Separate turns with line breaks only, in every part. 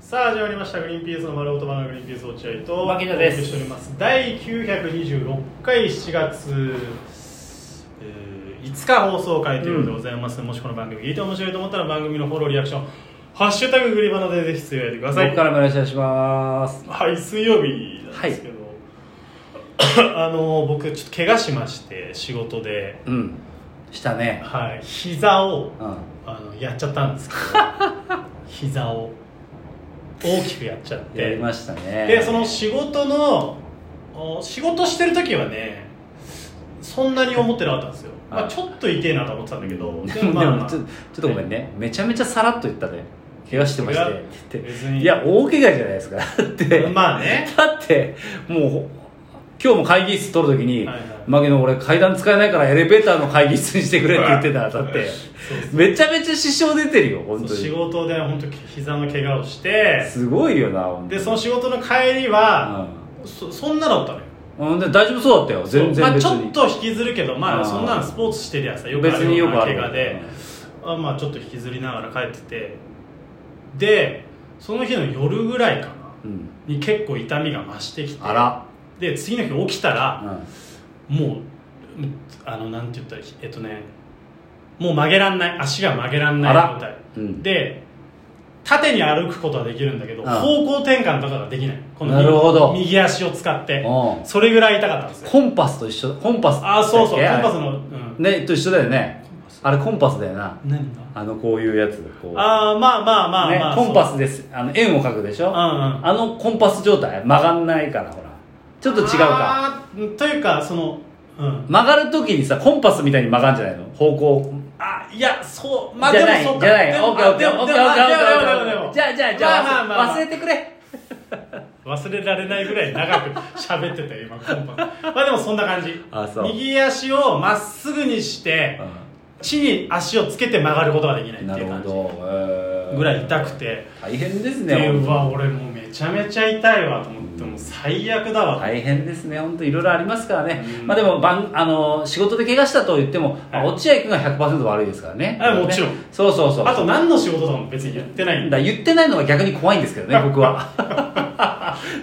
さあ始まりました「グリーンピースの丸音バナグリーンピース落合」と
牧野で
お送
す
りしております第926回7月、えー5日放送回ということでございます、もしこの番組聞いて面白いと思ったら番組のフォローリアクション「ハッシュタググリバナ」でぜひつぶやいてください
僕からもよろしくお願いします
はい水曜日なんですけど、あの僕ちょっと怪我しまして仕事で
うんしたね
はい膝を
うん
あのやっちゃったんですけど膝を大きくやっちゃって
やりましたね
でその仕事のお仕事してる時はねそんなに思ってなかったんですよ、まあ、
はい
ちょっと痛えなと思ってたんだけど
で
で
も
もまあまあ
ちょちょっとごめんねめちゃめちゃさらっと言ったね怪我してまして
それは
って言
別
って
に
いや大怪我じゃないですかだって
まあね
だってもう今日も会議室取るときに、
はいはい
マギの俺階段使えないからエレベーターの会議室にしてくれって言ってただって
そうそう
めちゃめちゃ支障出てるよ本当
仕
に
事で本当膝の怪我をして
すごいよな本当
で
に
その仕事の帰りは、
うん
そそんなだったのよ
うん、で大丈夫そうだったよ全
ま
然
あ、
別
ちょ
に、
っと引きずるけどま
あ
あ
ー
そんなのスポーツしてりゃさよく
別
ある
に
よ
よ
う
く
な
ある
怪我で、あまあちょっと引きずりながら帰っててでその日の夜ぐらいかな
うん、
に結構痛みが増してきて
あら、
で次の日起きたら
う
もううんあのなんて言ったらいいえっとねもう曲げらんない足が曲げらんない
あら
状態
うん
で縦に歩くことはできるんだけど
うん
方向転換とかができないこの
なるほど
右右足を使って
ん、
それぐらい痛かったんですよ
コンパスと一緒コンパス
ああそうそうコン
だっけ
パスの、うん、
ねと一緒だよねあれコンパスだよな
何が
あのこういうやつこう
ああまあまあまあ
ね
まあ、
コンパスですあの円を描くでしょ、
そううんうん
あのコンパス状態曲がんないからほらちょっと違うか
あーというかそのうん
曲がる時にさコンパスみたいに曲がんじゃないの方向
あいやそうまあ
じ
で
ゃ
も
ない
そうか
じゃない
でも
オッケーオッケー
で
オ
も
ッケーオッケーオッケー
でもでもでも
オッケー
でも
じゃあじゃあじゃあ、
まあまあまあ
忘れてくれ
忘れられないぐらい長く喋ってたよ今コンパスまあでもそんな感じ
あそう
右足をまっすぐにして地に足をつけて曲がることができないって
な
いう
るほ
感じ
ど、えー
ぐらい痛くて
大変ですね
で
本
う
当
わ俺もうめちゃめちゃ痛いわと思ってもう最悪だわ
大変ですね本当いろいろありますからね、
うん
まあ、でも番あの仕事で怪我したと言っても、まあ
はい
落合君が100%悪いですからね
あもちろん
ねそうそうそう
あと何の仕事とかも別に言ってないんだ
だ言ってないのが逆に怖いんですけどね僕は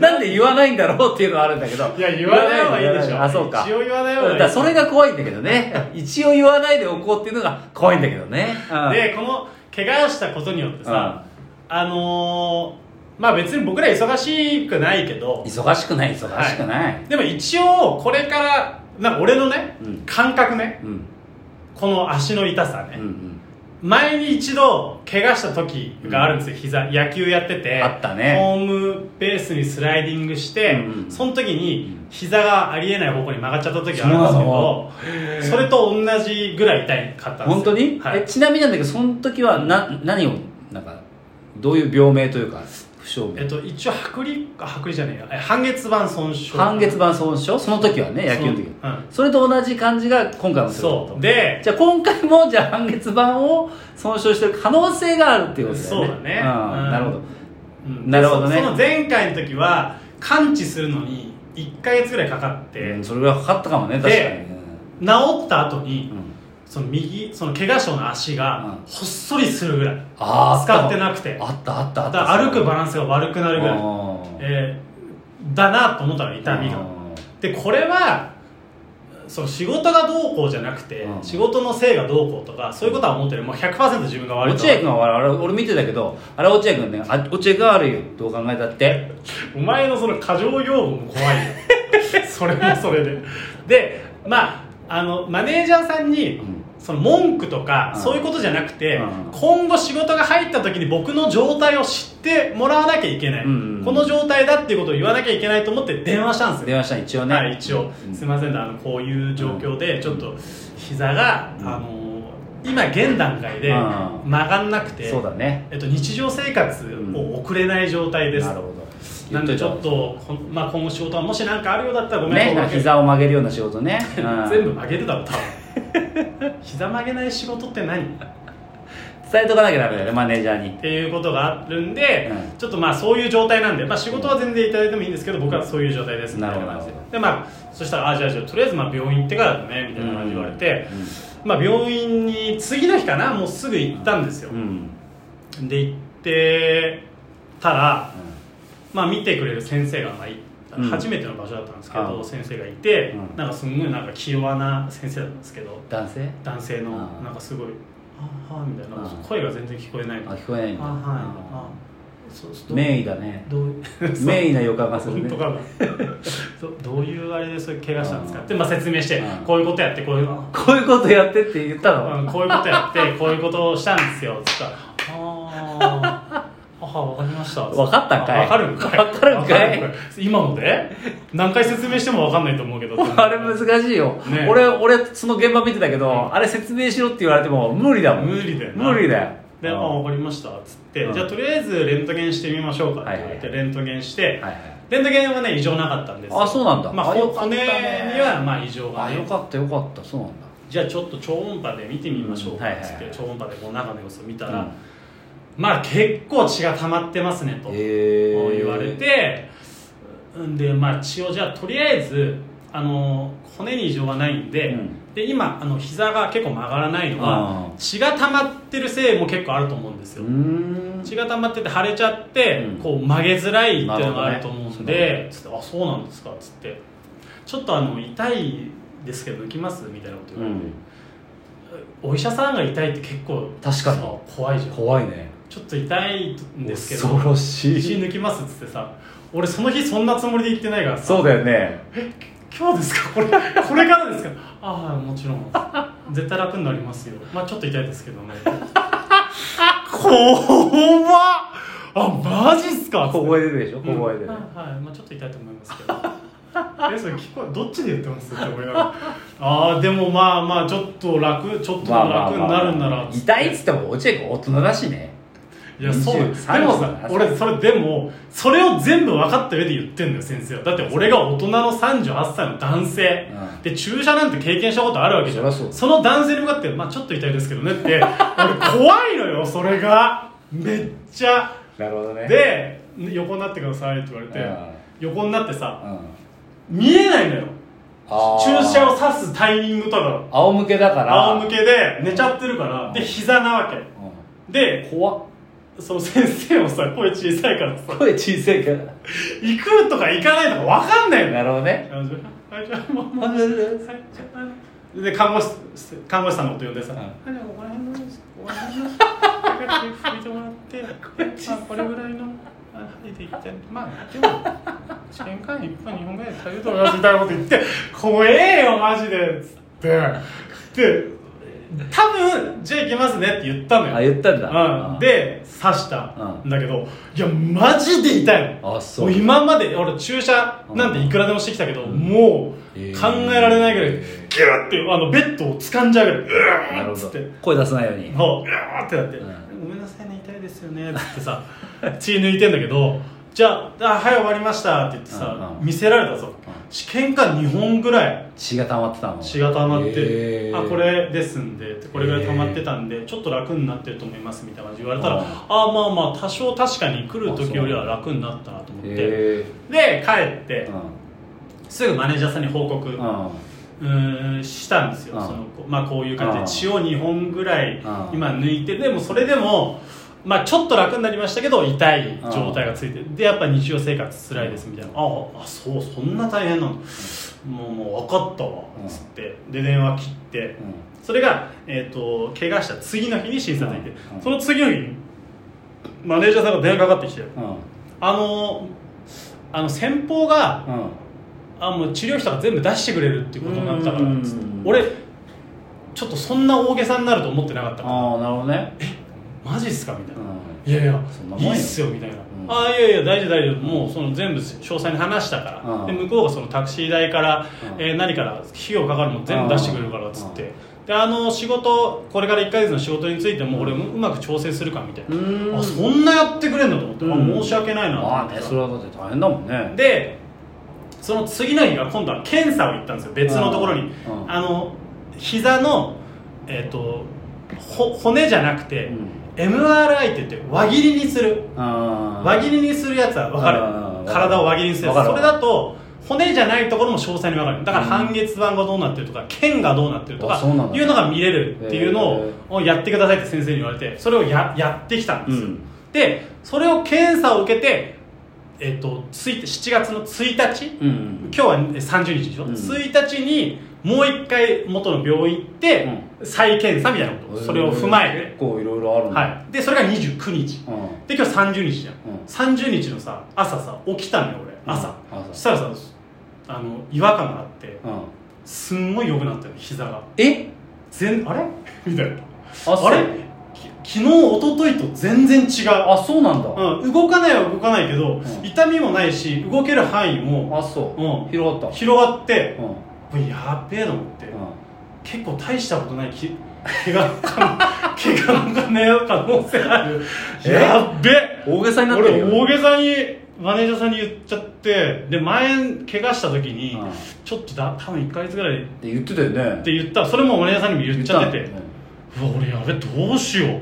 なんで言わないんだろうっていうのはあるんだけど
いや言わない方がいいでし
言
ょ
わないあそうか
一応言わない
だ
方がいい
からそれが怖いんだけ どね一応言わないでおこうっていうのが怖いんだけどね、うん
でこの怪我をしたことによってさ、あのーまあ別に僕ら忙しくないけど
忙しくない忙しくない、
でも一応これからなんか俺のね、
うん
感覚ね
うん
この足の痛さ
う
ね
ん、うん
前に一度怪我した時があるんですよ、膝野球やってて
あったね
ホームベースにスライディングして、
うんうん
その時に
うん
膝がありえない方向に曲がっちゃった時があるんですけどそれと同じぐらい痛かったんですよ
本当に、
はい
えちなみになんだけどその時はな何をなんかどういう病名というか負傷
えっ
名
と、一応剥離あ剥離じゃねえやえ半月板損傷
半月板損傷その時はね野球の時
そのうん
それと同じ感じが今回もする
そうで
じゃあ今回もじゃあ半月板を損傷してる可能性があるっていうことだよね
そうだね
ん
うん
なるほど
うん
なるほどね
そその前回の時は完治するのに1か月ぐらいかかって、
うん
治
それがかかったかもね確かにね
った後
う
に
ん
その右その怪我症の足が
うん
ほっそりするぐらい
ああ
使ってなくて
あったあったあ
だ
っ
か
た
ら歩くバランスが悪くなるぐらい、
い
えーだなと思ったの痛みがでこれはその仕事がどうこうじゃなくて、
うん
仕事のせいがどうこうとかそういうことは思ってるもう100%自分が悪いと
落合君は笑う俺俺見てたけどあれ落合君ねあ落合が悪いよどう考えたって
お前のその過剰用語も怖いよ それもそれででまああのマネージャーさんに、
うん
その文句とか、
うん
そういうことじゃなくて、
うん
今後仕事が入った時に僕の状態を知ってもらわなきゃいけない、
うん
この状態だっていうことを言わなきゃいけないと思って電話したんですよ
電話した一応ね、
はい、一応、
うん
すみませんあのこういう状況でちょっと膝が、あの今現段階で
うん
曲がんなくて、
そうだね
えっと、日常生活を送れない状態です、
なるほど
なんでちょっ
ね
とこん、まあ、今後仕事はもし何かあるようだったらごめん、
なんか膝を曲げるような仕事ね、うん
全部曲げるだろ多分 膝曲げない仕事って何っ
伝えとかなきゃダメだよねマネージャーに
ていうことがあるんで、
うん
ちょっとまあそういう状態なんで、まあ、仕事は全然いただいてもいいんですけど僕はそういう状態ですみたいな感じで
なるほ
で、まあ、そしたら「あじゃあじゃあとりあえずまあ病院行ってからだね」みたいな感じで言われて、まあ、病院に次の日かなもうすぐ行ったんですよ、
うん
で行ってたら、
う
まあ、見てくれる先生が、まあい
うん
初めての場所だったんですけど、
あ
先生がいて、
うん
なんかすんごいなんか気弱な先生だったんですけど
ん男性
男性の
あー
なんかすごい「あーはー」みたいな
あー
声が全然聞こえない
あ聞こえないんだ
あはいあそうそう
名医だね
どういうそう
名医な予感がする
本
ね
当か なそうどういうあれでそれ怪我したんですか
あー
って、まあ、説明して
うん
こういうことやってこういうあ
こういうことやってって言ったの、
うんこういうことや ってこういうことをしたんですよつったら「あーあわかりました」
わかったんかい
わかるんかい
わかるんかい
わ今ので何回説明してもわかんないと思うけど
あれ難しいよ、
ね
俺俺その現場見てたけど、
うん
あれ説明しろって言われても無理だもん
無理だよな
無理だよ
で「あ
うん
分かりました」っつって、
うん
じゃあとりあえずレントゲンしてみましょうか」って言われて、
は
レントゲンして、
はいはい
レントゲンはね異常なかったんですよ
あそうなんだ
まあ、
あよかった
骨
ね
にはまあ異常が
あ
ね
よかったよかったそうなんだ
じゃあちょっと超音波で見てみましょうか
うん
っ
はいはい
つ
は
っ
い
て、超音波でこう中の様子を見た
だ
ら、まあ結構血が溜まってますねと、
え
こう
ー、
言われてんでまあ血をじゃあとりあえずあの骨に異常がないんで、
うん
で今あの膝が結構曲がらないのは
うん
血が溜まってるせいも結構あると思うんです
う
よ、
ーん
血が溜まってて腫れちゃって、
うん
こう曲げづらいっていうのがあると思うん
なるほど
で、つってあそうなんですかっつってちょっとあの痛いですけど抜きますみたいなこと言
う
われて、
ん
お医者さんが痛いって結構
確かに
そう怖いじゃん
怖いね
ちょっと痛いんですけど
恐ろし
血
い
抜きますっつってさ俺その日そんなつもりで行ってないからさ
そうだよね
今日ですかこれこれからですかああもちろん絶対楽になりますよまあちょっと痛いですけどね怖っあマジっすか
凍えてるでしょ
うん
凍えてる
はいはいまあちょっと痛いと思いますけどえそれ聞こえどっちで言ってますって思いながらああでもまあまあちょっと楽ちょっとでも楽になるんならっつって
痛いっつっても落合君大人だしね
いやそうなんです
23
でも
だ
さ
から
俺それでもそれを全部分かった上で言ってんのよ先生はだって俺が大人の38歳の男性、
うん
で注射なんて経験したことあるわけじゃん
そりゃそう
の男性に向かって、まあ、ちょっと痛いですけどねって 俺怖いのよそれがめっちゃ
なるほどね
で横になってくださいって言われて、
うん
横になってさ
うん
見えないのよ
あ
注
ー
射を刺すタイミングとか
仰向けだから
仰向けで寝ちゃってるからで膝なわけ
うん
で
怖っ
その先生もさ声小さいからさ
声小さいから
行くとか行かないとか分かん ないのよ
なるほどね
あのじゃあはいじゃあもうもうはいじゃああので看護師看護師さんのこと呼んでさ「
うん
はいじゃあここら辺のですここら辺のです」拭いてもらってまあこれぐらいのあ入っていったんでまあでも試験管1本2本ぐらいで足りると思いますみたいなこと言って「怖えよマジで」っつってで多分「じゃあ行きますね」って言ったのよ
あ言ったんだ
うん、で刺した
うんん
だけど、いやマジで痛いの
あそう
も今まで俺注射なんていくらでもしてきたけど、もう
へー
考えられないぐらいギュッてあのベッドを掴んじゃうぐらいう
な
わー
る
っつ
ほ
って
ど声出さないように
もううわーってなって、
う
ごめんなさいね痛いですよねっつってさ 血抜いてんだけどじゃああはい終わりましたって言ってさ、
うんうん
見せられたぞ、試験管2本ぐらい
血が溜まってたの
血が溜まって、
へー
あこれですんでこれぐらい溜まってたんで、ちょっと楽になってると思いますみたいな感じで言われたら、
うん
あまあまあ多少確かに来る時よりは楽になったなと思って、
へ
で帰って
えうん
すぐマネージャーさんに報告、
う
うんーんしたんですよ、
うん
そのこうまあ、こういう感じ
う
で
ん
血を2本ぐらい
ん
今抜いてでもそれでも、まあ、ちょっと楽になりましたけど痛い状態がついてでやっぱ日常生活つらいですみたいなああそうそんな大変なの、もうもう分かったわ
うん
つってで電話切って
うん
それが、えー、と怪我した次の日に診察に行って、
うん
その次の日にマネージャーさんが電話かかってきて、
うん
あのあの先方が
うん
あもう治療費とか全部出してくれるっていうことになったか
う
ら
ん
つって俺ちょっとそんな大げさになると思ってなかったから
ああなるほどね
マジっすかみたいうな、
ん
いやいや
そんなもん
い
よ
いっすよみたいな、
ん
ああいやいや大丈夫大丈夫もうその全部詳細に話したから、
うん
で向こうがそのタクシー代から、
うん
えー何から費用かかるの全部出してくれるからっつって、であの仕事これから1か月の仕事についても俺うまく調整するかみたいな、
うん
あそんなやってくれんだと思って、
うん
あ申し訳ないなと思っ
まあ
て
ね
さ
それはだって大変だもんね
でその次の日が今度は検査を行ったんですよ別のところに
うんうん
あの膝のえっ、とほ骨じゃなくて、
うん
MRI って言って輪切りにする
あ
輪切りにするやつは分かる
うん
体を輪切りにするやつ
わかる
それだと骨じゃないところも詳細に分かるだから
うん
半月板がどうなってるとか腱がどうなってるとか
あそうなんだ
いうのが見れるっていうの
へ
をやってくださいって先生に言われてそれをややってきたん
う
ですよ、
ん
でそれを検査を受けて、えっとつい7月の1日、
うん
今日は30日でしょ、
うん
1日にもう一回元の病院行って、再検査みたいなこと、それを踏まえ
結構いろいろある
て、
んだ
はい、でそれが29日
う
で今日30日じゃん、
うん
30日のさ朝さ起きたのよ俺朝、
朝
そしたらさあの違和感があって
んうん
すんごい良くなったよ膝が
え
全あれみたいな
あ
あれき昨日一昨日と全然違う、
あそうなんだ、
うん、動かないは動かないけど、
ん
痛みもないし動ける範囲も
あそ
う
う、
ん
広がった
広がって
うん、うん
これやっべえと思って、結構大したことないき怪我の可能怪我の可能可能性ある
え
やっべえ
大げさになってる
俺
よ
大げさにマネージャーさんに言っちゃってで前怪我した時に、
うん
ちょっとだ多分1か月ぐらいっ
って言ってたよね
て言ったそれもマネージャーさんにも言っちゃってて
言たの
うわ俺やべどうしよう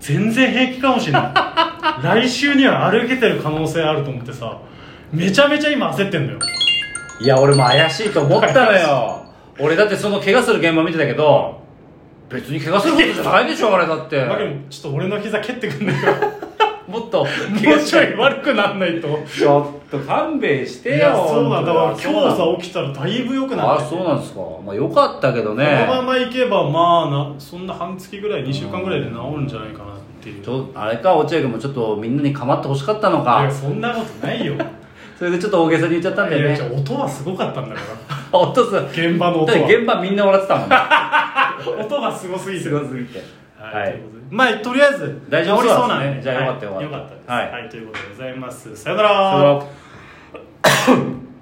全然平気かもしれない 来週には歩けてる可能性あると思ってさめちゃめちゃ今焦ってんだよ
いや俺も怪しいと思ったのよ俺だってその怪我する現場見てたけど別に怪我することじゃないでしょあれだって
マキもちょっと俺の膝蹴ってくんだよ
もっと
もうちょ い悪くなんないと
ちょっと勘弁してよ
いやそうなんだわ今
本当
日
に
さ起きたらだいぶ良くな
あ
ってて
そうなんですかまあよかったけどね
このままいけばまあなそんな半月ぐらい2週間ぐらいで治るんじゃないかなっていう
ちょあれか落合君もちょっとみんなに構ってほしかったの
いや
か
そんなことないよ
それでちょっと大げさに言っちゃったんだ
い
よ
や
ね
じゃあ音はすごかったんだか
あお父さん
ら現場の音
だって
は
現場みんな笑ってたもんね
音がすごすぎて
すごすぎて
は、
はいい
ということでまあとりあえず
大丈夫
治りそうなん
そうですねじゃあよかった
はいよ
よか
か
った
ったです
はい
はい、ということでございますさよなら
それは